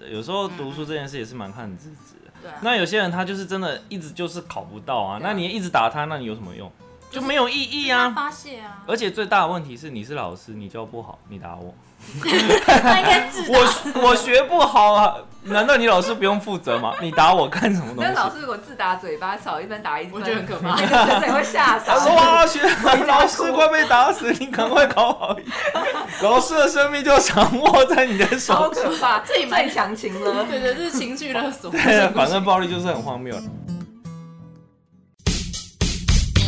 的。有时候读书这件事也是蛮看你自己的。嗯对啊，那有些人他就是真的一直就是考不到啊，对啊那你一直打他，那你有什么用？就是就没有意义让他啊。发泄啊，而且最大的问题是，你是老师，你教不好，你打我， 他应该知道。我我学不好啊，难道你老师不用负责吗？你打我干什么东那老西？师如果自打嘴巴少一分打一我分，觉得 很 可怕那个真的会吓 他说傻。哇，学老师快被打死，你赶快考好一点，老师的生命就掌握在你的超手上。可怕，这也蛮最强情了。对对，这是情绪勒索。对，啊反正暴力就是很荒谬。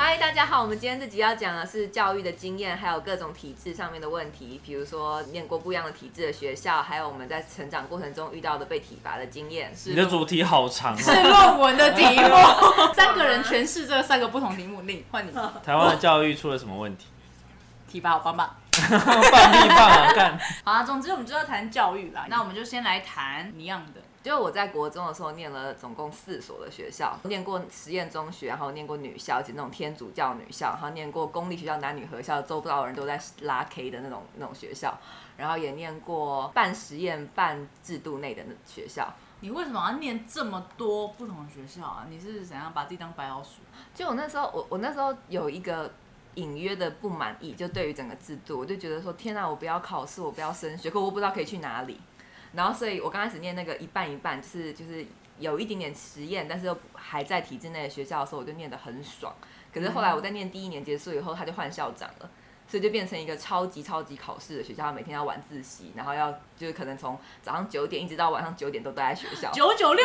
嗨，大家好，我们今天这集要讲的是教育的经验，还有各种体制上面的问题，比如说念过不一样的体制的学校，还有我们在成长过程中遇到的被体罚的经验。你的主题好长哦，是论文的题 目，三个人诠释这三个不同题目。你换你台湾的教育出了什么问题？ 提吧，我帮忙。放屁放啊干！好啊，总之我们就要谈教育啦。那我们就先来谈一样的。就我在国中的时候念了总共四所的学校，念过实验中学，然后念过女校，而且那种天主教女校，然后念过公立学校男女合校，周不到人都在拉 K 的那种那种学校，然后也念过半实验半制度内的那学校。你为什么要念这么多不同的学校啊？你是怎样把自己当白老鼠？就我那时候，我我那时候有一个隐约的不满意，就对于整个制度，我就觉得说，天啊，我不要考试，我不要升学，可我不知道可以去哪里。然后，所以我刚开始念那个一半一半，就是就是有一点点实验，但是又还在体制内的学校的时候，我就念得很爽。可是后来我嗯在念第一年结束以后，他就换校长了。所以就变成一个超级超级考试的学校，他每天要晚自习，然后要就是可能从早上九点一直到晚上九点都待在学校。九九六，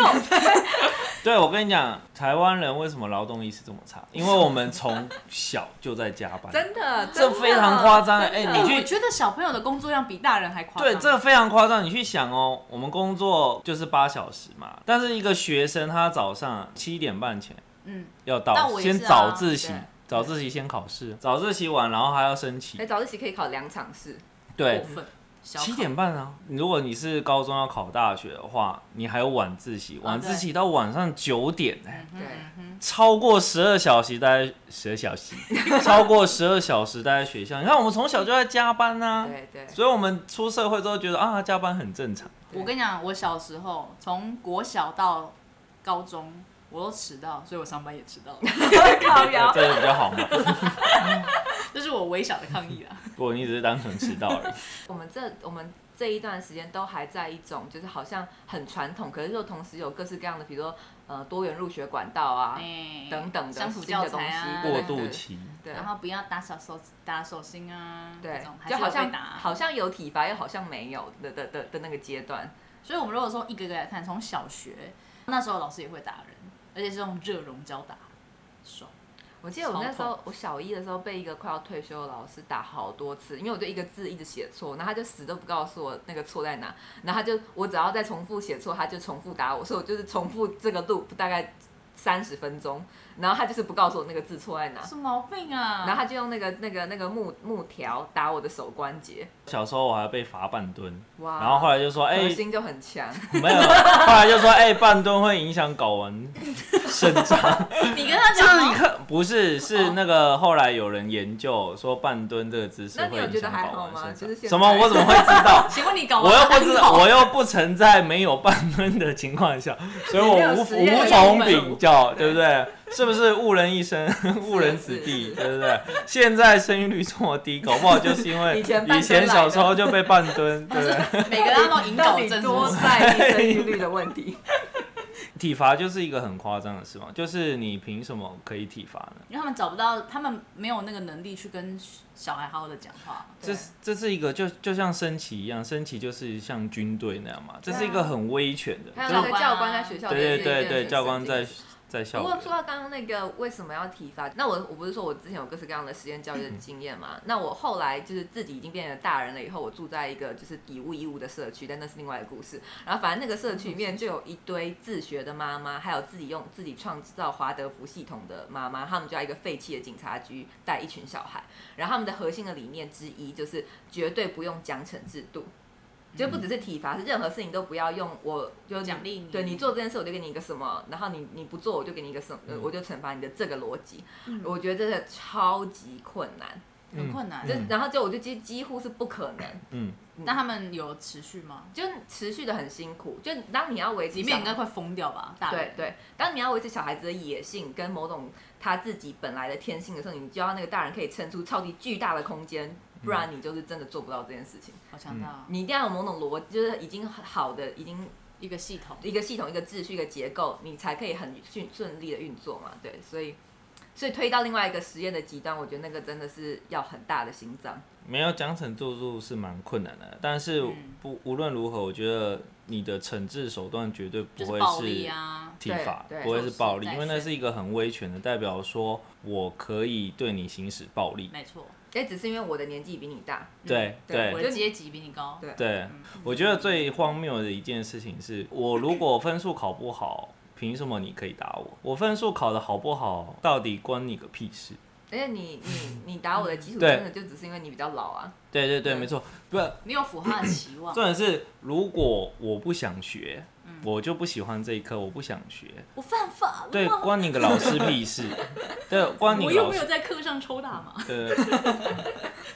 对，我跟你讲，台湾人为什么劳动意识这么差？因为我们从小就在加班，真的，这真的非常夸张。哎、哎 你我去觉得小朋友的工作量比大人还夸张。对，这个非常夸张。你去想哦，我们工作就是八小时嘛，但是一个学生他早上七点半前嗯，要到，那我也先是啊早自习对，早自习先考试，早自习完然后还要升哎，旗，早自习可以考两场试，对过，分。小哦考七点半啊！如果你是高中要考大学的话，你还有晚自习，啊晚自习到晚上九点、嗯欸，对。超过十二小时待在十二小 时，超过十二小时待在学校。你看我们从小就在加班啊，对对，所以我们出社会之后觉得啊，加班很正常。我跟你讲，我小时候从国小到高中，我都迟到，所以我上班也迟 到了，靠对腰。这个比较好嘛。 这是我微小的抗议啊。不过你只是单纯迟到而 已。我们这我们这一段时间都还在一种就是好像很传统，可是又同时有各式各样的，比如说呃多元入学管道啊， 哎等等的相处教材啊，新的过东西渡期，对然后不要打小手打手心啊，对这种，还是就有好被像打啊。好像有体罚，又好像没有的的的的那个阶段。所以我们如果说一个一个来看，从小学那时候老师也会打人，而且是用热熔胶打，爽。我记得我那时超候，我小一的时候被一个快要退休的老师打好多次，因为我就一个字一直写错，然后他就死都不告诉我那个错在哪，然后他就我只要再重复写错，他就重复打我，所以我就是重复这个 loop 大概三十分钟，然后他就是不告诉我那个字错在哪，什么毛病啊？然后他就用那个那个那个木木条打我的手关节，小时候我还被罚半蹲，哇然后后来就说，哎、核心就很强。没有，后来就说，哎、半蹲会影响睾丸 生 长。你跟他讲哦这吗，？个不是，是哦那个后来有人研究说半蹲这个姿势那你会有觉影得响还睾好丸吗生就是现长。什么？在我怎么会知道 请问你搞我又不知知道，我又不曾在没有半蹲的情况下，所以我你没有无实验无从根本比较，对不对？是不是误人一生， 误人子弟， 对不对？现在生育率这么低，搞不好就是因为 以前半蹲以前小时候就被半蹲， 对不对？ 每个人都有引到导底症是多不是在意生 育率的问题？体罚就是一个很夸张的事嘛，就是你凭什么可以体罚呢？因为他们找不到，他们没有那个能力去跟小孩好好的讲话。这是这是一个就就像升旗一样，升旗就是像军队那样嘛，这是一个很威权的，啊还有就那是个教官在学校，对对对对，教官在在校不过园。说到刚刚那个为什么要体罚，那我我不是说我之前有各式各样的实验教育的经验嘛？那我后来就是自己已经变成大人了以后，我住在一个就是以物易物的社区，但那是另外的故事。然后反正那个社区里面就有一堆自学的妈妈，还有自己用自己创造华德福系统的妈妈，他们就在一个废弃的警察局带一群小孩，然后他们的核心的理念之一就是绝对不用奖惩制度。就不只是体罚，是任何事情都不要用我就你奖励你对你做这件事我就给你一个什么，然后你你不做我就给你一个什么，呃我就惩罚你的这个逻辑，嗯我觉得真的超级困难，很困难就嗯然后就我就几几乎是不可能，嗯，但他们有持续吗？就持续的很辛苦，就当你要维持里面小应该快疯掉吧？大对人对，当你要维持小孩子的野性跟某种他自己本来的天性的时候，你就要那个大人可以撑出超级巨大的空间，不然你就是真的做不到这件事情。好强大嗯哦，你一定要有某种逻，就是已经好的、已经一个系统。一个系统、一个秩序、一个结构，你才可以很顺顺利的运作嘛。对，所以所以推到另外一个实验的极端，我觉得那个真的是要很大的心脏。没有奖惩制度是蛮困难的，但是嗯不无论如何，我觉得你的惩治手段绝对不就是会暴力是啊，体罚对对不会是暴力，就是在因为那是一个很威权的，代表说我可以对你行使暴力。没错，也只是因为我的年纪比你大，对嗯对我对的阶级比你高，嗯对对，我觉得最荒谬的一件事情是，我如果分数考不好，凭什么你可以打我？我分数考得好不好，到底关你个屁事？而且你你你打我的基础对真的就只是因为你比较老啊。对对对，对没错，不是你有符号的期望重。点是，如果我不想学，嗯我就不喜欢这一科，我不想学，我犯哦法了，对，关你个老师屁 事，对，关你我个又老没有师，在课上抽大麻。对，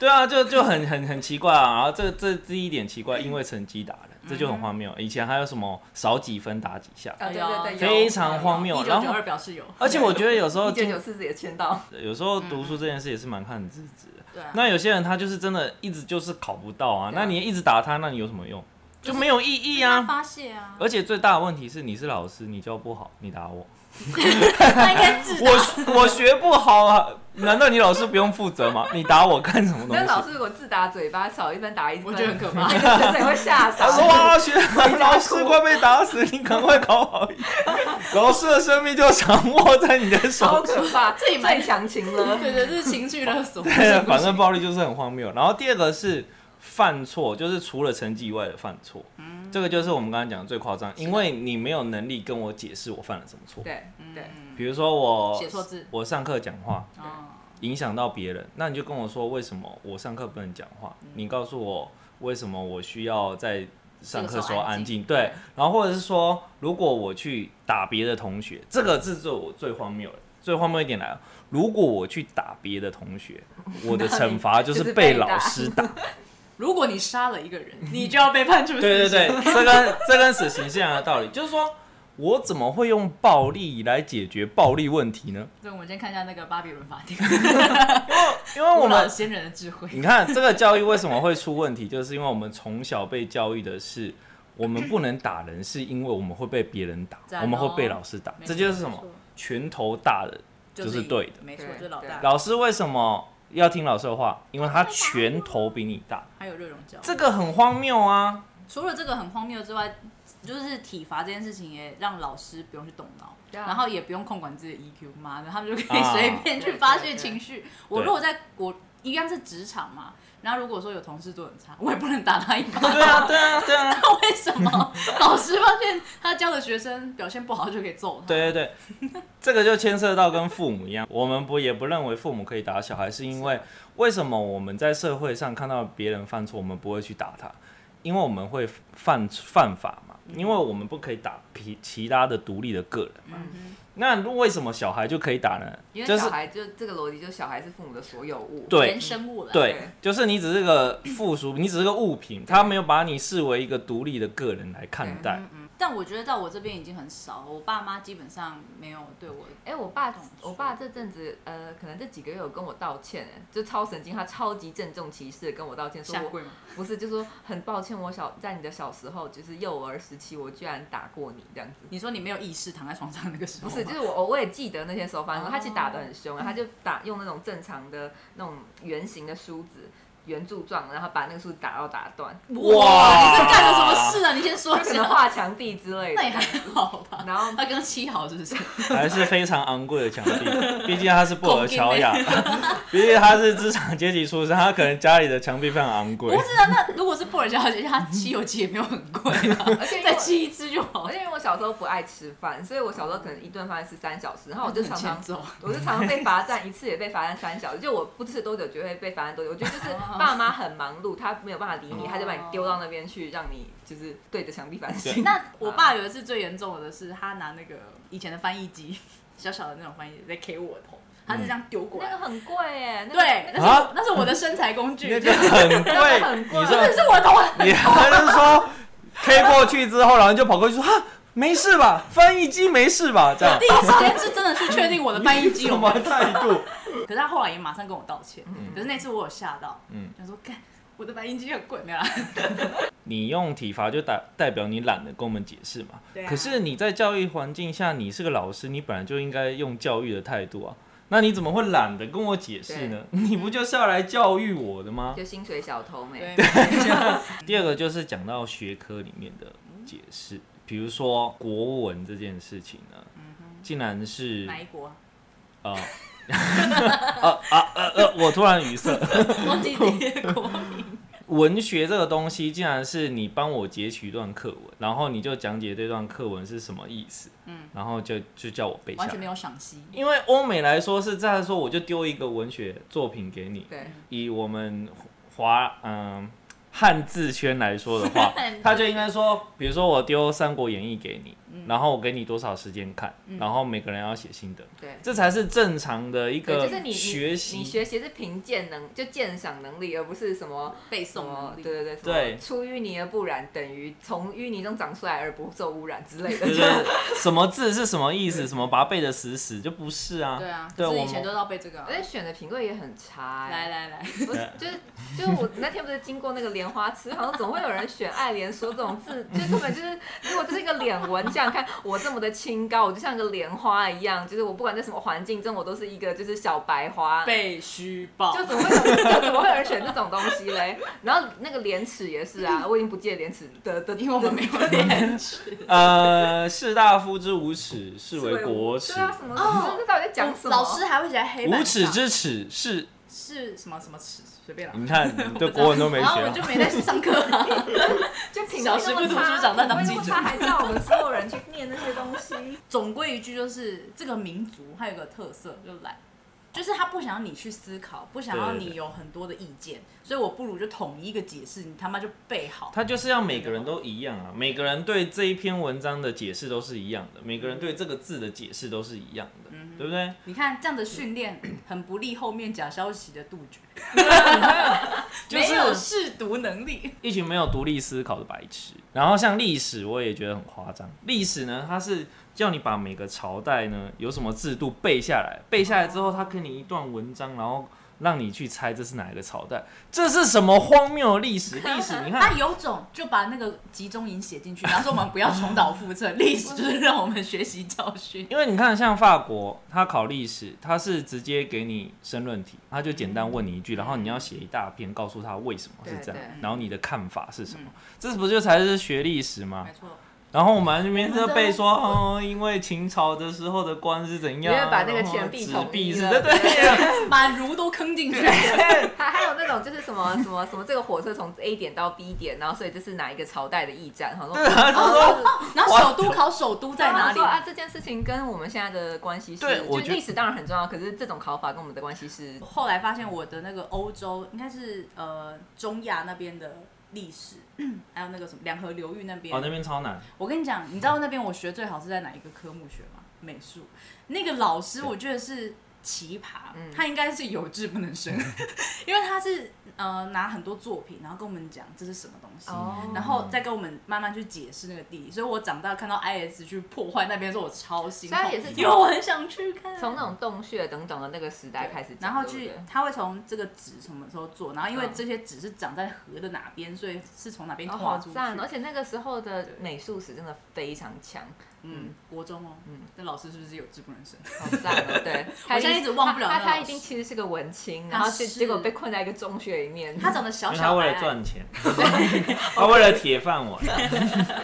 对啊，就就很很很奇怪啊，然后这这第一点奇怪，因为成绩打人，这就很荒谬。以前还有什么少几分打几下，啊，对对对，非常荒谬一九然九后二表示有，而且我觉得有时候一九九四自己的签到，有时嗯候读书这件事也是蛮看资质的。对啊，那有些人他就是真的一直就是考不到啊，对啊那你一直打他，那你有什么用？就没有意义让他啊！发 泄啊，而且最大的问题是，你是老师，你教不好，你打我，那应该自我我学不好啊，难道你老师不用负责吗？你打我干什么东那老西？师如果自打嘴巴少一分打一分，。我觉得很可怕真的会吓 他说傻。哇，学老师快被打死，你赶快考好一点。老师的生命就掌握在你的超手上。可怕，这也蛮最强情了。 对对，这是情绪勒索。对，反正暴力就是很荒谬。然后第二个是犯错，就是除了成绩以外的犯错。这个就是我们刚刚讲的最夸张，因为你没有能力跟我解释我犯了什么错。对嗯对，比如说我写错字我上课讲话嗯哦，影响到别人，那你就跟我说为什么我上课不能讲话？你告诉我为什么我需要在上课时候安静？嗯这个时对候安静，然后或者是说，如果我去打别的同学，这个是最我最荒谬的。最荒谬一点来了，如果我去打别的同 学，我的惩罚就就是是被被老打师 打。如果你杀了一个人， 你就要被判处死对对刑。对，这跟这跟死刑是一样的道理，就是说我怎么会用暴力来解决暴力问题呢？对，我们先看一下那个巴比伦法典，因为我古老们先人的智慧。你看这个教育为什么会出问题，就是因为我们从小被教育的是。我们不能打人，是因为我们会被别人打，赞哦我们会被老师打，没错 这就是什么没错拳头大的就是对的。没错，对就是老大。老师为什么要听老师的话？因为他拳头比你大，还有热熔胶。这个很荒谬啊！除了这个很荒谬之外，就是体罚这件事情也让老师不用去动脑，对啊然后也不用控管自己的 EQ，妈的，他们就可以啊随便去发泄情绪。我对如果在我一样是职场嘛，然后如果说有同事做得很差，我也不能打他一巴。 对啊，对啊，对啊。 那为什么老师发现他教的学生表现不好就可以揍 他？对对对，这个就牵涉到跟父母一样，我们不也不认为父母可以打小孩，是因为为什么我们在社会上看到别人犯错，我们不会去打他？因为我们会犯犯法嘛，嗯因为我们不可以打其其他的独立的个人嘛。嗯那为什么小孩就可以打呢？因就为是小孩就这个逻辑，就小孩是父母的所有物。对人生物了。对对，就是你只是个附属，你只是个物品，他没有把你视为一个独立的个人来看嗯待。但我觉得到我这边已经很少，我爸妈基本上没有对我哎、我爸懂事，我爸这阵子，呃，可能这几个月有跟我道歉，哎，就超神经，他超级郑重其事的跟我道歉，说下我跪吗？不是，就说很抱歉，我小在你的小时候，就是幼儿时期，我居然打过你这样子。你说你没有意识躺在床上那个时候不吗，是，就是我，我也记得那些时候发生，哦欸他其实打得很凶，他就打用那种正常的那种圆形的梳子圆柱状，然后把那个树打到打断，哇你是干了什么事啊？你先说他一可能下。画墙壁之类那也的。还好吧。然后他刚漆好是不是？还是非常昂贵的墙壁， 毕竟它是布尔乔亚， 毕竟它是资产阶级出身，他可能家里的墙壁非常昂贵不。是啊，那如果是布尔加姐，他漆油漆也没有很贵啊， 而且因为再我漆一支就好而了。且因为我小时候不爱吃饭，所以我小时候可能一顿饭吃三小时，然后我就常常很欠 揍我就常常被罚站，一次也被罚站三小时，就我不吃多久就会被罚站多久。我觉得就是爸妈很忙碌，他没有办法理你，他就把你丢到那边去，让你就是对着墙壁反省。 那我爸有一次最严重的是，他拿那个以前的翻译机，小小的那种翻译机在 K 我的头，他是这样丢过那来。个很贵哎，那个对，那是啊我那是我的身材工具，那就个很那贵个很，贵你真的说是我的头啊。你还是说 K 过去之后，然后就跑过去说哈没事吧，翻译机没事吧，这样第一时间是真的去确定我的翻译机什有 么问题，态度？可是他后来也马上跟我道歉。可是那次我有吓到，嗯他说干我的翻译机很贵，没有啦。 你用体罚就代代表你懒得跟我们解释嘛。对啊可是你在教育环境下，你是个老师，你本来就应该用教育的态度啊。那你怎么会懒得跟我解释呢？你不就是要来教育我的吗？ 就薪水小偷没。第二个就是讲到学科里面的解释，比如说国文这件事情呢，竟然是哪一国啊？呃 呃啊呃呃，我突然语塞。忘记你的 国名。文学这个东西，竟然是你帮我截取一段课文，然后你就讲解这段课文是什么意思，嗯，然后就就叫我背下完全没来。有赏析。因为欧美来说是这样说，我就丢一个文学作品给你。对，以我们华嗯汉字圈来说的话汉字，他就应该说，比如说我丢《三国演义》给你，然后我给你多少时间看，然后每个人要写心得，对这才是正常的一对，个就是你学你你习。学习是凭鉴能，就鉴赏能力，而不是什么背什诵么能力。对对对，什么对出淤泥而不染等于从淤泥中长出来而不受污染之类 的就。是什么字是什么意思，什么把它背得死死，就不是啊。对啊，对可是我以前都们要背这个啊而。且选的品味也很差、欸。来 来来，不是，就是就是我那天不是经过那个莲花池，好像总会有人选爱莲说这种字， 就根本就是，如果这是一个脸纹，想想看，我这么的清高，我就像个莲花一样，就是我不管在什么环境中，我都是一个就是小白花。被虚报就怎么会有人，就怎么会有人选这种东西嘞？然后那个廉耻也是啊，我已经不记得廉耻的的，因为我们没有 练习。呃，士大夫之无耻，是为国耻对；啊，什么？哦这到底在讲什么？老师还会在黑板无耻上之耻是，是什么什么耻，随便啦。你看，你对国文都没学啊然后我好就。没在上课啊。就品味 小时那不么读书差，长大当品味记那么者差还叫我们所有人去念那些东西。总归一句，就是这个民族还有一个特色，就懒，就是他不想要你去思考，不想要对对对你有很多的意见，所以我不如就统一一个解释，你他妈就背好。他就是要每个人都一样啊，每个人对这一篇文章的解释都是一样的，每个人对这个字的解释都是一样的，对不对？你看这样的训练很不利后面假消息的杜绝， 就没是有试读能力。一群没有独立思考的白痴。然后像历史，我也觉得很夸张。历史呢，它是叫你把每个朝代呢有什么制度背下来，背下来之后，他给你一段文章，然后让你去猜这是哪一个朝代，这是什么荒谬的历史？历史，你看他有种就把那个集中营写进去，然后说我们不要重蹈覆辙，历史就是让我们学习教训。因为你看，像法国，他考历史，他是直接给你申论题，他就简单问你一句，然后你要写一大篇，告诉他为什么是这样对对，嗯然后你的看法是什么，这不就才是学历史吗没？错，然后我们这边就背说，我哦，因为秦朝的时候的官是怎样，因为把那个然后钱币纸统币一是，了对对对，把儒都坑 进去。还还有那种就是什么什么什么，这个火车从 A 点到 B 点，然后所以这是哪一个朝代的驿站，好像对啊，就说哦然后首都考首都在哪里？啊，这件事情跟我们现在的关系是，对我就觉得历史当然很重要，可是这种考法跟我们的关系是，后来发现我的那个欧洲，应该是呃中亚那边的历史，还有那个什么两河流域那边。哦那边超难，我跟你讲，你知道那边我学最好是在哪一个科目学吗？美术。那个老师我觉得是奇葩，嗯他应该是有志不能伸， 因为他是呃拿很多作品，然后跟我们讲这是什么东西。哦然后再跟我们慢慢去解释那个地理，所以我长大看到 IS 去破坏那边的时候，我超心痛所以他也是从因为我很想去看。从那种洞穴等等的那个时代开始然讲，后对去不对，他会从这个纸什么时候做，然后因为嗯这些纸是长在河的哪边，所以是从哪边哦，跨好出去。赞！而且那个时候的美术史真的非常强，嗯，国中哦，嗯，嗯那老师是不是有志不能生？好赞哦！对， 我还现现在一直忘不了他那他个他老一定师其实是个文青，然后结是结果被困在一个中学里面。他长得小因为他小为白了嗯白，赚钱，哦他为了铁饭碗，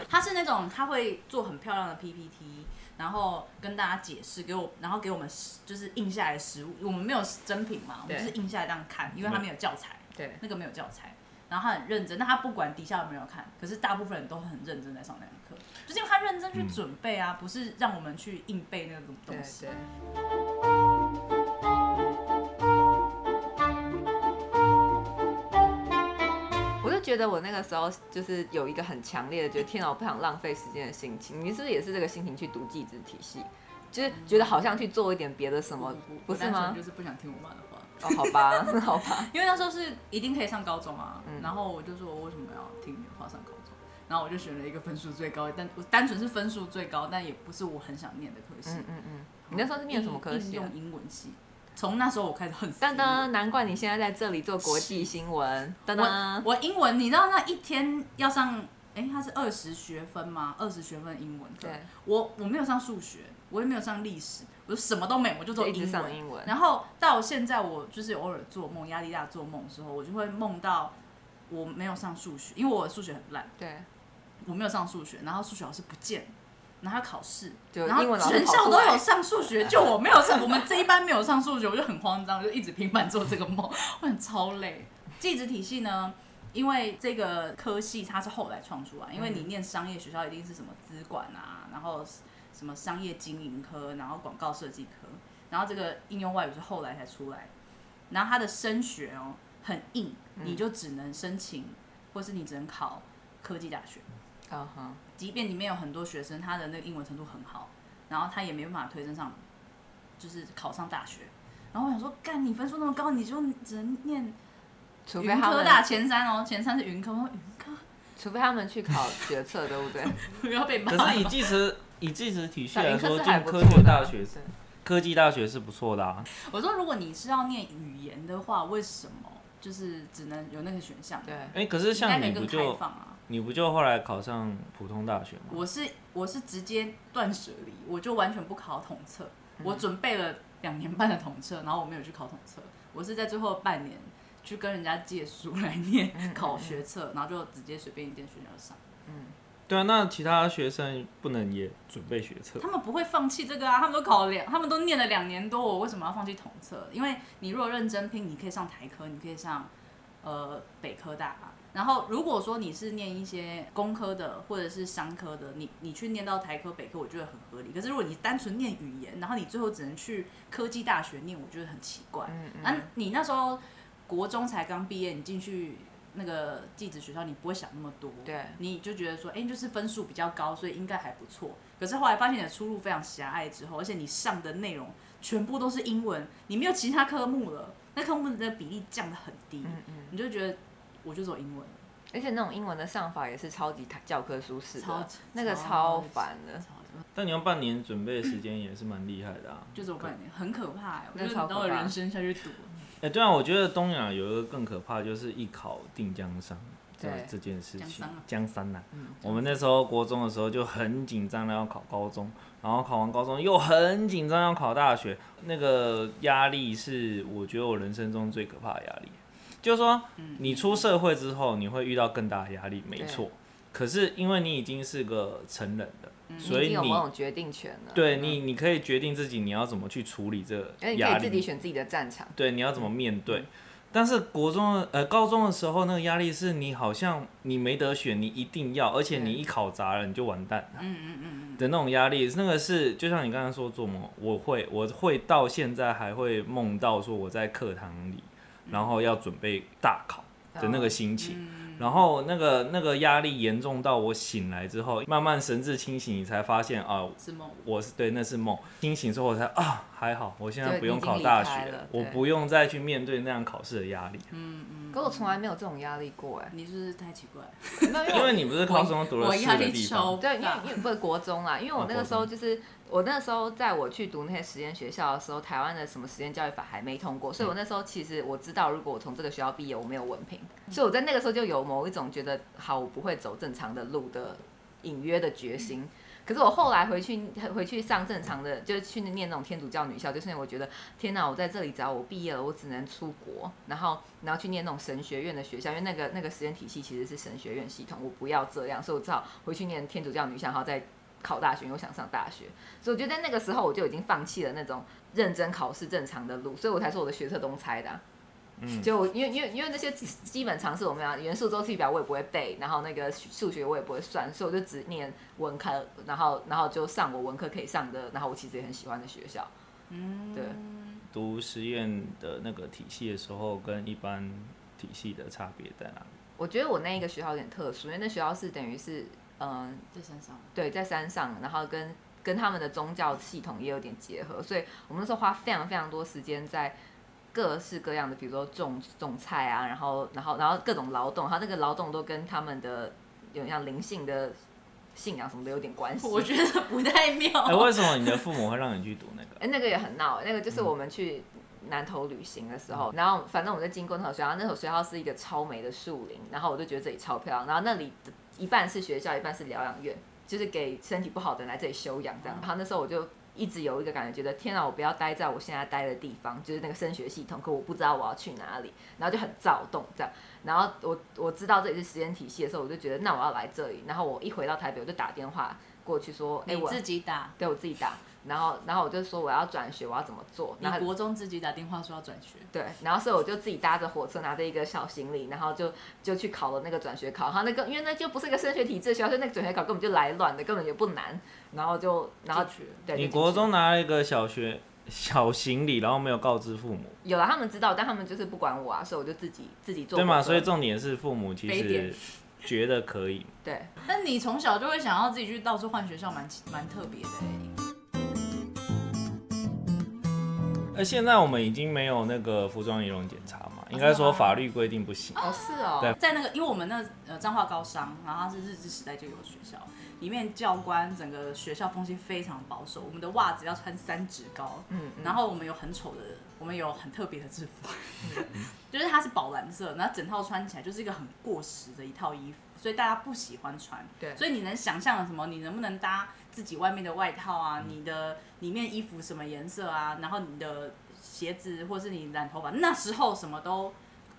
他是那种他会做很漂亮的 PPT，然后跟大家解释，给我，然后给我们实就是印下来的食物，我们没有真品嘛，我们对就是印下来这样看，因为他没有教材，对，那个没有教材。然后他很认真，但他不管底下有没有看，可是大部分人都很认真在上那堂课，就是因为他认真去嗯准备啊，不是让我们去硬背那个东西。对对我就觉得我那个时候就是有一个很强烈的觉得天哪，我不想浪费时间的心情。你是不是也是这个心情去读寄子体系？就是觉得好像去做一点别的什么，不是单纯吗就？是不想嗯听我妈的话。哦，好吧， 好吧，因为那时候是一定可以上高中啊，嗯然后我就说我为什么要听你的话上高中，然后我就选了一个分数最高，但我单纯是分数最高，但也不是我很想念的科系。嗯嗯嗯。你那时候是念什么科应系、啊用？英文系。从那时候我开始恨死噔英文。噔，难怪你现在在这里做国际新闻。噔我噔，我英文，你知道那一天要上，哎、他是二十学分吗？二十学分英文课对。我我没有上数学，我也没有上历史，我什么都没有，我就做就一英直文。上英文。然后到现在，我就是偶尔做梦，压力大做梦的时候，我就会梦到我没有上数学，因为我数学很烂，对，我没有上数学，然后数学老师不见了，然后他考试，就然后英文老师全跑校出都来有上数学，就我没有上，我们这一班没有上数学，我就很慌张，就一直平板做这个梦，我很超累。技职体系呢？因为这个科系它是后来创出来，因为嗯你念商业学校一定是什么资管啊，然后什么商业经营科，然后广告设计科，然后这个应用外语是后来才出来。然后它的升学哦很硬，嗯你就只能申请，或是你只能考科技大学。嗯哼，即便里面有很多学生，他的那个英文程度很好，然后他也没办法推升上，就是考上大学。然后我想说，干你分数那么高，你就只能念除非云他科们，大前三哦，前三是云科，我说云科除非他们去考学测，对不 对？不要被骂可。是以计时以计时体系小来林科啊说，是还进不科错学的大啊，学、对科技大学是不错的啊。我说如果你是要念语言的话，为什么就是只能有那个选项？对，啊哎、可是应该像你可以不更开就放啊。你不就后来考上普通大学吗？我是我是直接断舍离，我就完全不考统测。我准备了两年半的统测，然后我没有去考统测，我是在最后半年去跟人家借书来 念考学测，然后就直接随便一间学校上。嗯对啊，那其他学生不能也准备学测他？们不会放弃这个啊，他们都考两，他们都念了两年多，我为什么要放弃统测？因为你如果认真拼，你可以上台科，你可以上呃北科大啊。然后如果说你是念一些工科的或者是商科的，你你去念到台科、北科，我觉得很合理。可是如果你单纯念语言，然后你最后只能去科技大学念，我觉得很奇怪。嗯啊嗯，，你那时候国中才刚毕业，你进去那个技职学校，你不会想那么多，对你就觉得说，哎、就是分数比较高，所以应该还不错。可是后来发现你的出路非常狭隘之后，而且你上的内容全部都是英文，你没有其他科目了，那科目的比例降得很低，嗯嗯，你就觉得我就走英文，而且那种英文的上法也是超级教科书式超的级，那个超烦的超。级但你用半年准备的时间也是蛮厉害的啊。 就走半年，很可怕、欸，我那觉得超你可等我怕人生下去读，哎、对啊，我觉得东亚有一个更可怕，就是一考定江山。对这这件事情江山啊，江山呐、我们那时候国中的时候就很紧张的要考高中，然后考完高中又很紧张要考大学，那个压力是我觉得我人生中最可怕的压力。就是说，嗯你出社会之后，你会遇到更大的压力，没对错。可是因为你已经是个成人了，所嗯你已以经有你某种决定权了，嗯对你，你可以决定自己你要怎么去处理这而且个哎你压可以自己力，选自己嗯的战场。对，你要怎么面对。但是国中的呃高中的时候，那个压力是你好像你没得选，你一定要，而且你对一考砸了你就完蛋了嗯嗯嗯的那种压力。那个是就像你刚才说做梦，我会我会到现在还会梦到说我在课堂里，然后要准备大考的哦那个心情。嗯然后那个那个压力严重到我醒来之后，慢慢神志清醒，你才发现啊，嗯，是梦。我是对那是梦，清醒之后我才啊还好，我现在对不你已用经考离大开学了我对嗯不用再去面对那样考试的压力。可我从来没有这种压力过，哎，嗯你是不是太奇怪了？没有，因为因为你不是高中读了我四压个力地超方，对，因为大因为不是国中啦，因为啊哦我那个国时候中就是我那时候在我去读那些实验学校的时候，台湾的什么实验教育法还没通过，嗯所以我那时候其实我知道，如果我从这个学校毕业，我没有文凭，嗯所以我在嗯那个时候就有某一种觉得好，我不会走正常的路的隐约的决心。可是我后来回去回去上正常的，就是去念那种天主教女校，就是因为我觉得天哪，我在这里只要我毕业了，我只能出国，然后然后去念那种神学院的学校，因为那个那个实验体系其实是神学院系统，我不要这样，所以我只好回去念天主教女校，然后再考大学，因为我想上大学。所以我觉得在那个时候我就已经放弃了那种认真考试正常的路，所以我才说我的学测都猜的、啊。嗯就我因为因为因为那些基基本常识我们要元素周期表我也不会背，然后那个数学我也不会算，所以我就只念文科，然后然后就上我文科可以上的，然后我其实也很喜欢的学校。嗯，对读实验的那个体系的时候，跟一般体系的差别在哪里？我觉得我那一个学校有点特殊，因为那学校是等于是嗯、在山上， 对，在山上，然后跟跟他们的宗教系统也有点结合，所以我们那时候花非常非常多时间在各式各样的，比如说种种菜啊，然后然后然后各种劳动，然后那个劳动都跟他们的有点像灵性的信仰什么的有点关系。我觉得不太妙。哎、为什么你的父母会让你去读那个？哦 哎、那个也很闹，那个嗯就是我们去南投旅行的时候，然后反正我们就经过那所学校，那所学校是一个超美的树林，然后我就觉得这里超漂亮，然后那里的一半是学校，一半是疗养院，就是给身体不好的人来这里休养嗯这样。然后那时候我就。一直有一个感觉，觉得天啊，我不要待在我现在待的地方，就是那个升学系统，可我不知道我要去哪里，然后就很躁动这样。然后我我知道这里是实验体系的时候，我就觉得那我要来这里。然后我一回到台北，我就打电话过去说，哎、你我自己打，对我自己打，然后然后我就说我要转学，我要怎么做？你然后国中自己打电话说要转学，对，然后所以我就自己搭着火车，拿着一个小行李，然后就就去考了那个转学考。然后那个因为那就不是一个升学体制的学校，所以那个转学考根本就来乱的，根本也不难。然后就然后进去对，你就进国去中拿了一个小学小行李，然后没有告知父母，有了，他们知道，但他们就是不管我啊，所以我就自己自己做对功吗？课所以重点是父母其非典实觉得可以。对但你从小就会想要自己去到处换学校，蛮奇蛮特别的哎、而现在我们已经没有那个服装仪容检查啊嘛，应该说法律规定不行。哦是哦，对在那个，因为我们那呃彰化高商，然后它是日治时代就有学校，里面教官整个学校风气非常保守，我们的袜子要穿三指高，嗯嗯然后我们有很丑的，我们有很特别的制服，嗯 就是它是宝蓝色，然后整套穿起来就是一个很过时的一套衣服，所以大家不喜欢穿。对所以你能想象什么？你能不能搭自己外面的外套啊？嗯你的里面衣服什么颜色啊？然后你的鞋子或是你染头发，那时候什么都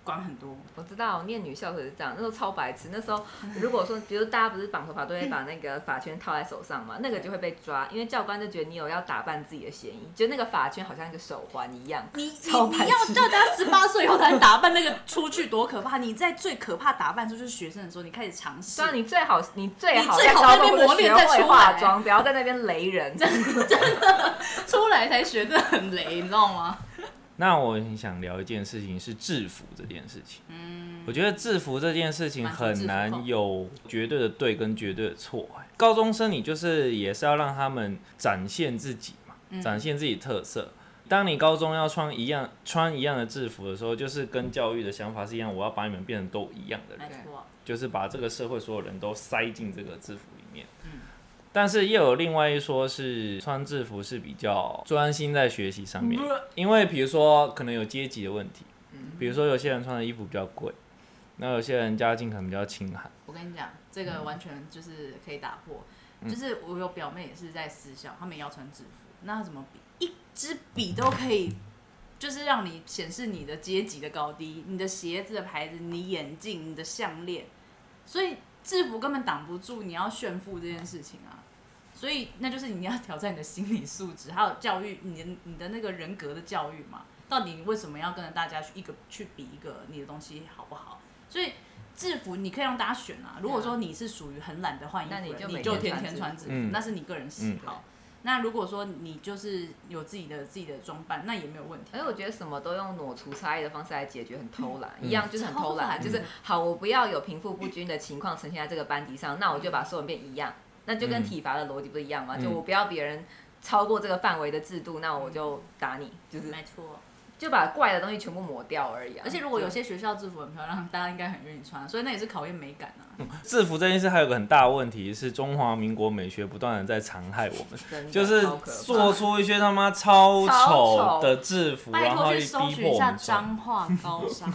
管很 多。我知道，念女校可是这样，那时候超白痴。那时候如果说，比如大家不是绑头发都会把那个发圈套在手上嘛，那个就会被抓，因为教官就觉得你有要打扮自己的嫌疑，就那个发圈好像一个手环一样。你你超你白要痴叫 大家十八岁以后才打扮那个出去多可怕！你在最可怕打扮的时候就是学生的时候，你开始尝试。虽然你最好，你最好你最好在那边高中就磨练再学会出来化妆，不要在那边雷 人。出来才学的很雷，你知道吗？那我很想聊一件事情，是制服这件事情。嗯，我觉得制服这件事情很满足制服难控有绝对的对跟绝对的错。高中生你就是也是要让他们展现自己嘛，嗯展现自己特色。当你高中要穿一样穿一样的制服的时候，就是跟教育的想法是一样，我要把你们变成都一样的人。没错，就是把这个社会所有人都塞进这个制服里面。但是又有另外一说是穿制服是比较专心在学习上面，因为比如说可能有阶级的问题，比如说有些人穿的衣服比较贵，那有些人家境可能比较清寒，我跟你讲，这个完全就是可以打破。就是我有表妹也是在私校，她们也要穿制服，那怎么比？一支笔都可以，就是让你显示你的阶级的高低，你的鞋子的牌子，你眼镜，你的项链，所以制服根本挡不住你要炫富这件事情啊。所以那就是你要挑战你的心理素质，还有教育你的你的那个人格的教育嘛。到底你为什么要跟着大家去一个去比一个你的东西好不好？所以制服你可以让大家选啊。如果说你是属于很懒得换衣服的人，那你就你每就天天穿天制穿服制服，嗯那是你个人喜好。那如果说你就是有自己的自己的装扮，那也没有问题。而且我觉得什么都用抹除差异的方式来解决，很偷 懒，嗯一样就是很偷懒啊，超懒就是好，我不要有贫富不均的情况呈现在这个班级上，那我就把所有人变一样，那就跟嗯体罚的逻辑不是一样吗？嗯就我不要别人超过这个范围的制度，那我就打你，就是没错，就把怪的东西全部抹掉而已啊。而且如果有就些学校制服很漂亮，大家应该很愿意穿，啊所以那也是考验美感啊。制服这件事还有个很大的问题是，中华民国美学不断的在残害我们，真的就是超可怕做出一些他妈超超丑丑的制服，拜然托后去逼搜寻迫一我下们穿。彰化高商。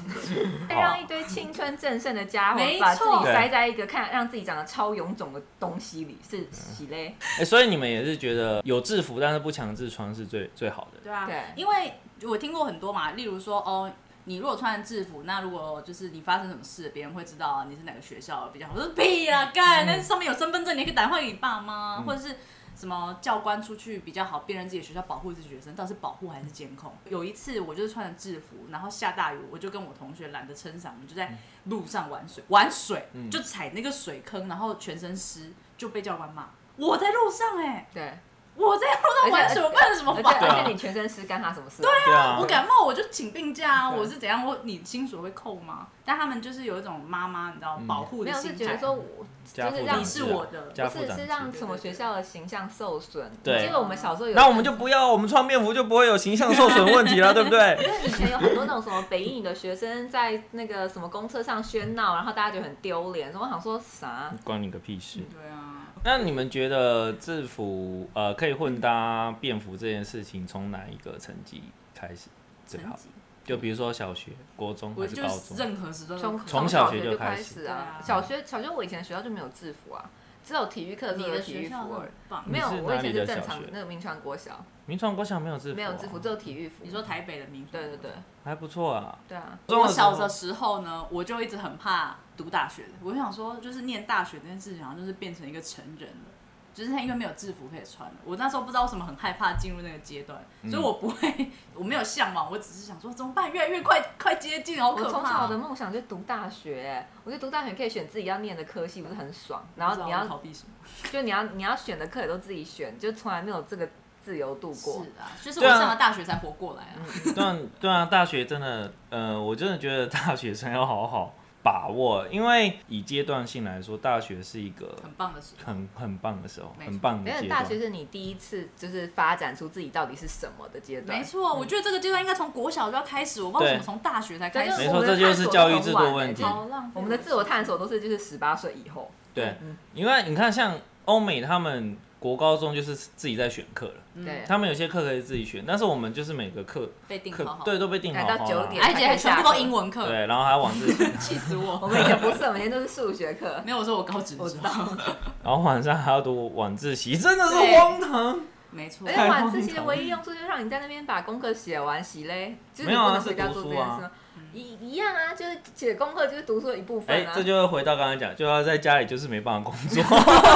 哎让一堆青春正盛的家伙没，把自己错塞在一个看让自己长得超臃肿的东西里，是喜嘞？哎，所以你们也是觉得有制服但是不强制穿是最最好的。对啊，对因为我听过很多嘛，例如说哦。你如果穿制服，那如果就是你发生什么事，别人会知道啊，你是哪个学校比较好。我说屁嗯啦，干，那上面有身份证，你可以打电话给你爸妈，或者是什么教官出去比较好，辨认自己的学校，保护自己学生，到底是保护还是监控？有一次我就是穿着制服，然后下大雨，我就跟我同学懒得撑伞，我们就嗯在路上玩水，玩水就踩那个水坑，然后全身湿，就被教官骂。我在路上哎、对，我在路上玩水，我办了什么而且法？而且你全身湿，干他什么事？对，对啊 我，感冒我就请病假啊，对我是怎样？我你薪水会扣吗？但他们就是有一种妈妈，你知道嗯保护没的有心是态。觉得说我家就是父让长你制是啊我的家不父是长是制让什么学校的形象受损。对我记得我们小时候有，那我们就不要，我们穿便服就不会有形象受损问题了，对不对？因为以前有很多那种什么北影的学生在那个什么公车上喧闹，然后大家觉得很丢脸，所以我想说啥？嗯关你个屁事！对啊， 那你们觉得制服呃可以混搭便服这件事情，从哪一个层级开始最成好？绩，就比如说小学、国中我还是就高是中？任何时段都从可以从小小学就就开始始啊对啊！小学小学我以前学校就没有制服啊，只有体育课的时你候有的体学育服校而很已。棒。没有，你是我以哪前里是的正小常学那个民传国小，民传国小没有制服、啊没有制服，只有体育服。你说台北的民族，对对对还不错啊。对啊！中我的时小候的时候呢，我就一直很怕读大学的。我就想说，就是念大学这件事情，好像就是变成一个成人了。就是他因为没有制服可以穿了，我那时候不知道为什么很害怕进入那个阶段，所以我不会， 我没有向往，我只是想说怎么办，越来越快快接近，好我可从怕小哦。的梦想就读大学、我觉得读大学可以选自己要念的科系，不是很爽？然不知后道你我逃要避什么？就你要你要选的课也都自己选，就从来没有这个自由度过。是啊，就是我对啊上了大学才活过来啊。对啊，对啊，大学真的，呃，我真的觉得大学生要好好把握，因为以阶段性来说，大学是一个很棒的事，很很棒的时候，没错很棒的没有阶大段。学是你第一次就是发展出自己到底是什么的阶段。没错，我觉得这个阶段应该从国小就要开始，我不知道为什么对从大学才对，开始没我错们这的就是探索教育都很制度晚问欸题就是好浪费我们的自我探索都是就是十八岁以后。对，嗯因为你看，像欧美他们国高中就是自己在选课了，嗯对，他们有些课可以自己选，但是我们就是每个课被定好课好，对都被定好改到好九了点 而且还全部都英文课，对，然后还晚自习， 气死我！我 们以前不是，我们以前都是数学课。没有，我说我高职的我时知候，道，然后晚上还要读晚自习，真的是对荒唐。没错而，且晚自习的唯一用处就是让你在那边把功课写完，洗嘞，就是没你有不啊能回家是读做这书件啊事吗。一一样啊，就是写功课就是读书的一部哎、分啊。这就会回到刚刚讲，就要在家里就是没办法工作，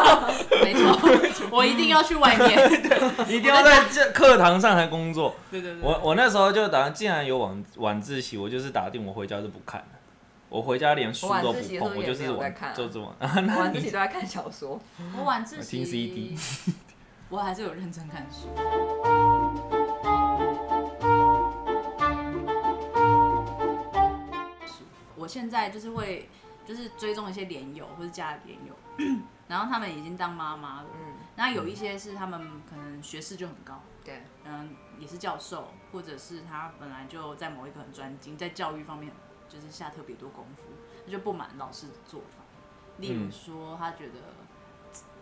没错，我一定要去外 面。一定要在这课堂上才工作。对对对，我我那时候就打算，既然有晚晚自习，我就是打定我回家就不看了。我回家连书都我不晚自习的时候碰，我就也是没有在晚看啊就是 晚。我晚自习都在看小说，我晚自习听 CD 我还是有认真看书。我现在就是会，就是追踪一些连友或者家里连友， 然后他们已经当妈妈了，嗯，那有一些是他们可能学识就很高，对，嗯，也是教授，或者是他本来就在某一个很专精，在教育方面就是下特别多功夫，他就不满老师的做法。例如说，他觉得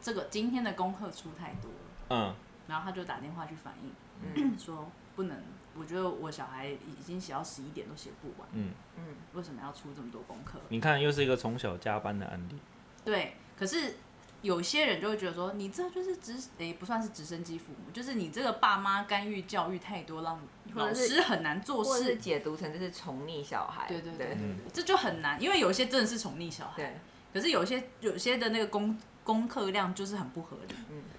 这个今天的功课出太多了，嗯，然后他就打电话去反映，嗯说不能，我觉得我小孩已经写到十一点都写不完，嗯嗯，为什么要出这么多功课？你看又是一个从小加班的案例。对，可是有些人就会觉得说，你这就是直诶、不算是直升机父母，就是你这个爸妈干预教育太多，让或老者是师很难做或者是事。解读成就是宠溺小孩，对对对对对嗯对，这就很难，因为有一些真的是宠溺小孩，对可是有些有些的那个功功课量就是很不合理。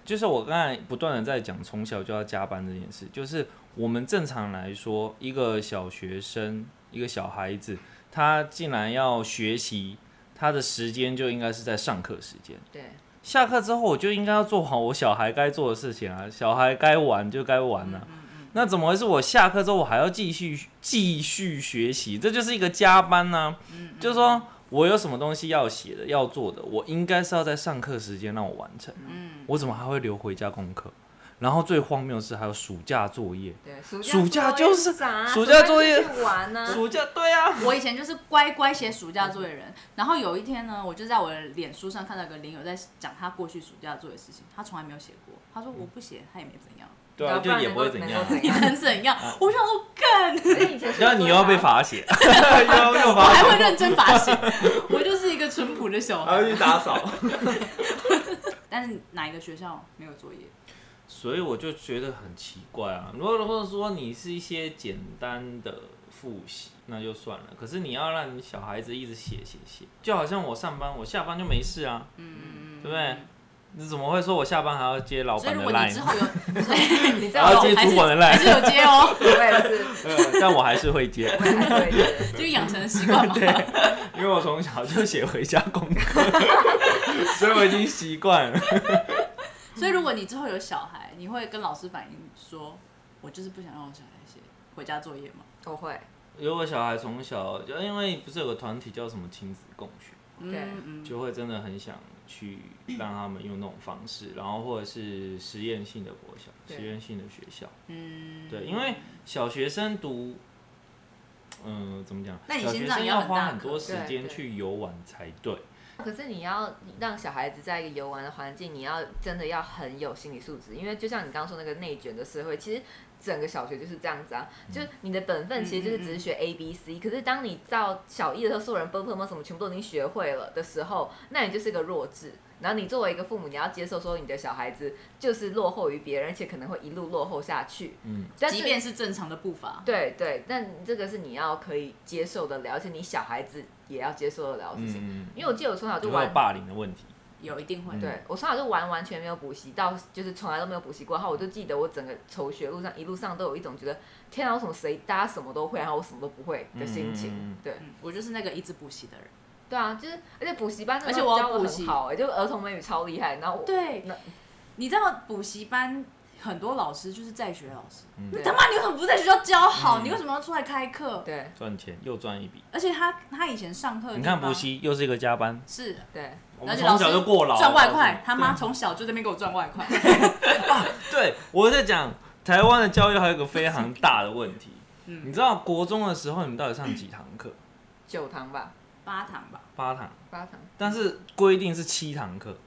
就是我刚才不断的在讲从小就要加班这件事，就是我们正常来说，一个小学生，一个小孩子，他竟然要学习，他的时间就应该是在上课时间。对，下课之后，我就应该要做好我小孩该做的事情啊，小孩该玩就该玩啊。那怎么会是我下课之后我还要继续继续学习？这就是一个加班呢、就是说我有什么东西要写的、要做的，我应该是要在上课时间让我完成。嗯，我怎么还会留回家功课？然后最荒谬的是还有暑假作业，对，暑暑假作业就是啥啊暑假作作业业就是去玩呢、暑假对啊，我以前就是乖乖写暑假作业的人，然后有一天呢，我就在我的脸书嗯上看到有个林友在讲他过去暑假作业的事情，他从来没有写过，他说我不写，他也没怎样， 对啊，要不就然也不会能够怎能样够。怎你能怎样？我想说，干， 而哎且以前然后你又要被罚，罚写，又又我罚还写，会认真罚写，我就是一个淳朴的小还要孩。去打扫。但是哪一个学校没有作业？所以我就觉得很奇怪啊。如果或者说你是一些简单的复习，那就算了。可是你要让你小孩子一直写写写，就好像我上班，我下班就没事啊，嗯，对不对？你怎么会说我下班还要接老所板以的如果你之 line，后有， 你知然后道接还主是管的还 line？ 是有接哦，我也 是，呃但我还是会接，我也还是会就养成习 惯嘛。因为我从小就写回家功课，所以我已经习惯了。所以如果你之后有小孩，你会跟老师反映说，我就是不想让我小孩写回家作业嘛。我会。 如果小孩从小就因为不是有个团体叫什么亲子共学，嗯对嗯，就会真的很想去让他们用那种方式，然后或者是实验性的国小、对实验性的学校。嗯对，因为小学生读，嗯、怎么讲？那你小心学脏生要要很花大很颗多时对间对去游玩才对。可是你要让小孩子在一个游玩的环境，你要真的要很有心理素质，因为就像你刚刚说那个内卷的社会，其实整个小学就是这样子啊，就是你的本分其实就是只是学 A B C，、可是当你到小一的时候，所有人 b p m 什么全部都已经学会了的时候，那你就是个弱智。然后你作为一个父母，你要接受说你的小孩子就是落后于别人，而且可能会一路落后下去。嗯，但是即便是正常的步伐，对对，但这个是你要可以接受的了，而且你小孩子也要接受得了的事情。嗯，因为我记得我从小就有没有玩霸凌的问题？有一定会。嗯对我从小就完完全没有补习，到就是从来都没有补习过。然后我就记得我整个求学路上一路上都有一种觉得天啊，我什么谁大家什么都会，然后我什么都不会的心情。嗯嗯嗯嗯对嗯，我就是那个一直补习的人。对啊，就是而且补习班真的而且教我要得补很习好、欸，就儿童美语超厉害。然后我对那，你知道补习班很多老师就是在学老师，嗯那对他妈你为什么不在学校教好？嗯你为什么要出来开课？对赚钱又赚一笔。而且他他以前上课的你地看方补习又是一个加班，是，对，我而们且从老师小就过劳，赚外告诉快你，他妈从小就在那边给我赚外快。对，我在讲台湾的教育还有一个非常大的问题，嗯你知道国中的时候你们到底上几堂课？九堂吧，八堂吧，八堂，八堂。但是规定是七堂课，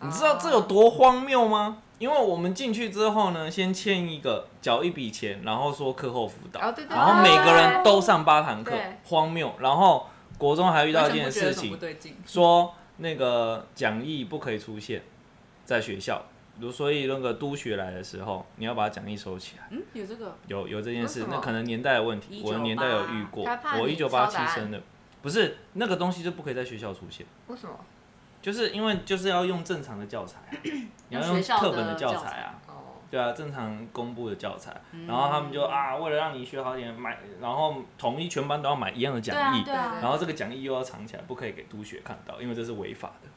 你知道哦这有多荒谬吗？因为我们进去之后呢，先签一个缴一笔钱，然后说课后辅导，哦对对然后每个人对都上八堂课对，荒谬。然后国中还遇到完一全件不觉得事什么不情，对劲。说那个讲义不可以出现在学校，如所以那个督学来的时候，你要把讲义收起来。嗯，有这个有有这件事为，什么那可能年代的问题， 1988我的年代有遇过他怕，你我一九八抄七答案生的，不是那个东西就不可以在学校出现，为什么？就是因为就是要用正常的教材啊、你要学用校课本的的教教材材啊，哦，对啊，正常公布的教材，然后他们就啊，为了让你学好一点，买，然后统一全班都要买一样的讲义，对啊，对然啊，后这个讲义又要藏起来，不可以给督学看到，因为这是违法的。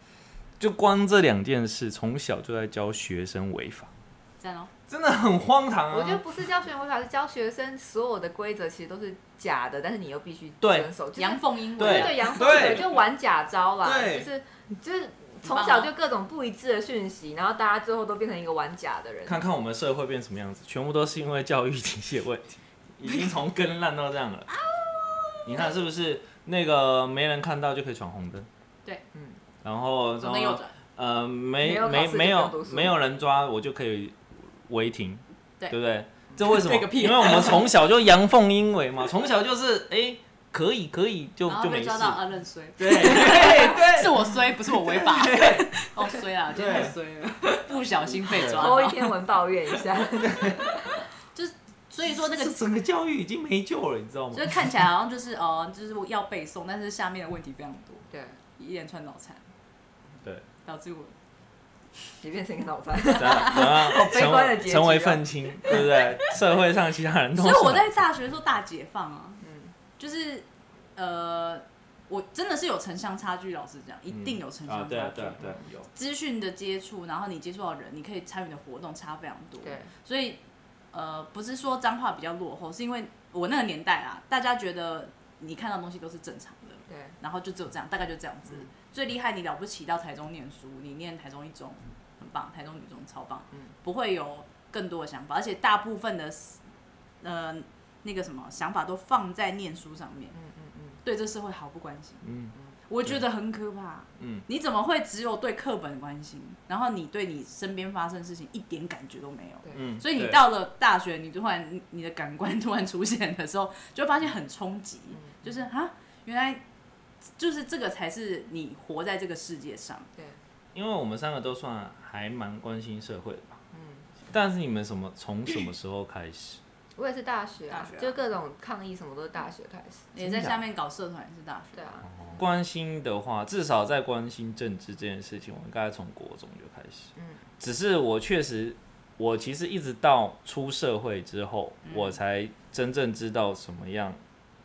就光这两件事，从小就在教学生违法，赞哦。真的很荒唐啊！我觉得不是教学违法，是教学生所有的规则其实都是假的，但是你又必须对遵守。就是阳奉阴对违，对，杨对对，就玩假招啦，对就是就是从啊小就各种不一致的讯息，然后大家最后都变成一个玩假的人。看看我们社会变什么样子，全部都是因为教育体系的问题，已经从根烂到这样了。你看是不是那个没人看到就可以闯红灯？对，嗯，然后左转右然后转，呃没没有考没试就没不用有读书没有人抓我就可以违停，对不对？这为什么对个？屁因为我们从小就阳奉阴违嘛，从小就是哎可以可以就然就后没被事抓，到啊认衰， 对对对是我衰，不是我违法。 哦，衰啊，今天太衰了，不小心被抓偷一到。天文抱怨 一下，所以说那个这整个教育已经没救了，你知道吗就？是啊看起来好像就是哦、呃就是我要背诵，但是下面的问题非常多， 对，一连串脑残，对，导致我也变成一个 脑残。怎样怎样悲观的啊成结局哦成为愤青，对不对？社会上其他人都啊所是嗯以我在大学的时候大解放啊，嗯，就是呃，我真的是有城乡差距，老实讲，一定有城乡啊，差距。对啊，对啊，对啊，有。资讯的接触，然后你接触到人，你可以参与的活动差非常多。对，所以呃，不是说脏话比较落后，是因为我那个年代啊，大家觉得你看到的东西都是正常的，对，然后就只有这样，大概就这样子。嗯最厉害你了不起到台中念书，你念台中一中很棒，台中女中超棒，嗯不会有更多的想法，而且大部分的呃那个什么想法都放在念书上面，嗯嗯嗯，对这社会毫不关心。嗯，我觉得很可怕。嗯，你怎么会只有对课本关心，然后你对你身边发生的事情一点感觉都没有？嗯，所以你对到了大学，你突然你你的感官突然出现的时候，就会发现很冲击，嗯就是啊，原来就是这个才是你活在这个世界上。对，因为我们三个都算还蛮关心社会的吧。嗯，但是你们什么从什么时候开始？我也是大学啊，大学啊就各种抗议什么都是大学开始。也在下面搞社团也是大学，啊对啊，关心的话，至少在关心政治这件事情，我应该从国中就开始。嗯，只是我确实，我其实一直到出社会之后，嗯我才真正知道什么样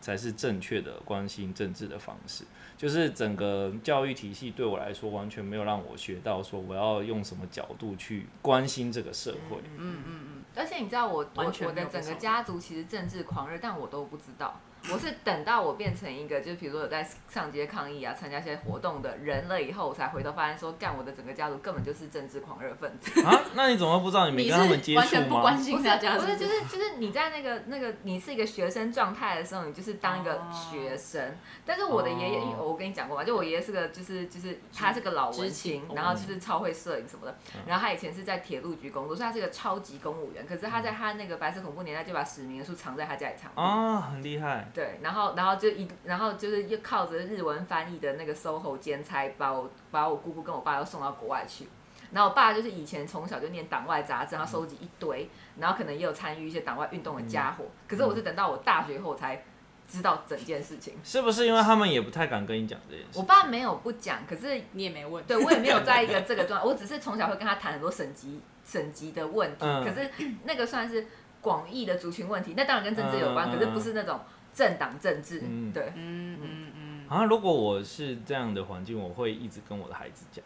才是正确的关心政治的方式。就是整个教育体系对我来说，完全没有让我学到说我要用什么角度去关心这个社会。嗯嗯而且你知道我我完全我没的有整被个扫家族其实政治狂热，但我都不知道。我是等到我变成一个，就是比如说有在上街抗议啊，参加一些活动的人了以后，我才回头发现说，干我的整个家族根本就是政治狂热分子。啊，那你怎么会不知道？你嗯，没你跟他们是接触吗？完全不关不心是大家，不是，不就是就是你在那个那个你是一个学生状态的时候，你就是当一个学生。但是我的爷爷，因为我跟你讲过嘛，就我爷爷是个就是就是他是个老文青，然后就是超会摄影什么的。然后他以前是在铁路局工作，所以他是个超级公务员。可是他在他那个白色恐怖年代就把史明的书藏在他家里藏。啊，很厉害。对，然后然后就一，然后就是又靠着日文翻译的那个 SOHO 兼差，把我把我姑姑跟我爸都送到国外去。然后我爸就是以前从小就念党外杂志，然后收集一堆，然后可能也有参与一些党外运动的家伙。嗯可是我是等到我大学后才知道整件事情。是不是因为他们也不太敢跟你讲这件事？我爸没有不讲，可是你也没问，对我也没有在一个这个状态，我只是从小会跟他谈很多省级省级的问题，嗯可是 那个算是广义的族群问题，那当然跟政治有嗯嗯关，嗯可是不是那种政党政治，嗯对。 嗯嗯嗯，啊，如果我是这样的环境，我会一直跟我的孩子讲，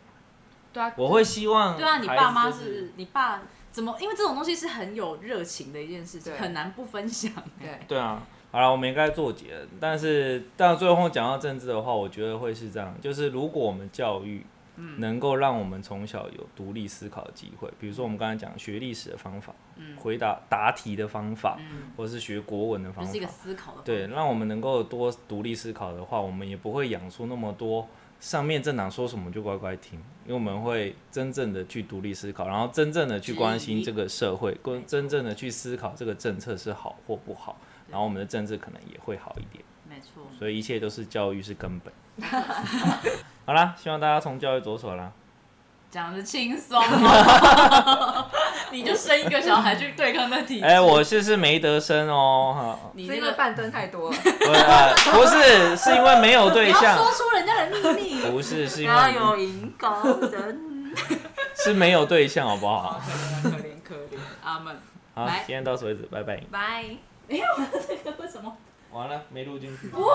对啊，我会希望对啊，你孩子爸妈就是是你爸怎么？因为这种东西是很有热情的一件事情，对很难不分享。对，对啊。好了，我们应该做结了，但是但最后讲到政治的话，我觉得会是这样，就是如果我们教育嗯能够让我们从小有独立思考的机会，比如说我们刚才讲学历史的方法，嗯回答答题的方法，或是学国文的方就法，是一个思考的，对，让我们能够多独立思考的话，我们也不会养出那么多上面政党说什么就乖乖听，因为我们会真正的去独立思考，然后真正的去关心这个社会，跟真正的去思考这个政策是好或不好，然后我们的政治可能也会好一点。没错。所以一切都是教育是根本。 好啦，希望大家从教育着手啦。讲的轻 松，你就生一个小孩去对抗那体制。哎、我是是没得生哦，哈，你是这因为个半吨太多了，不是呃不是，是因为没有对象，出人家的秘密，不是是因哪为有引高人？是没有对象，好不好？可 怜可怜可怜，阿门。好来，今天到此为止，拜拜。拜。哎呀，我这个为什么？完了，没录进去。不会。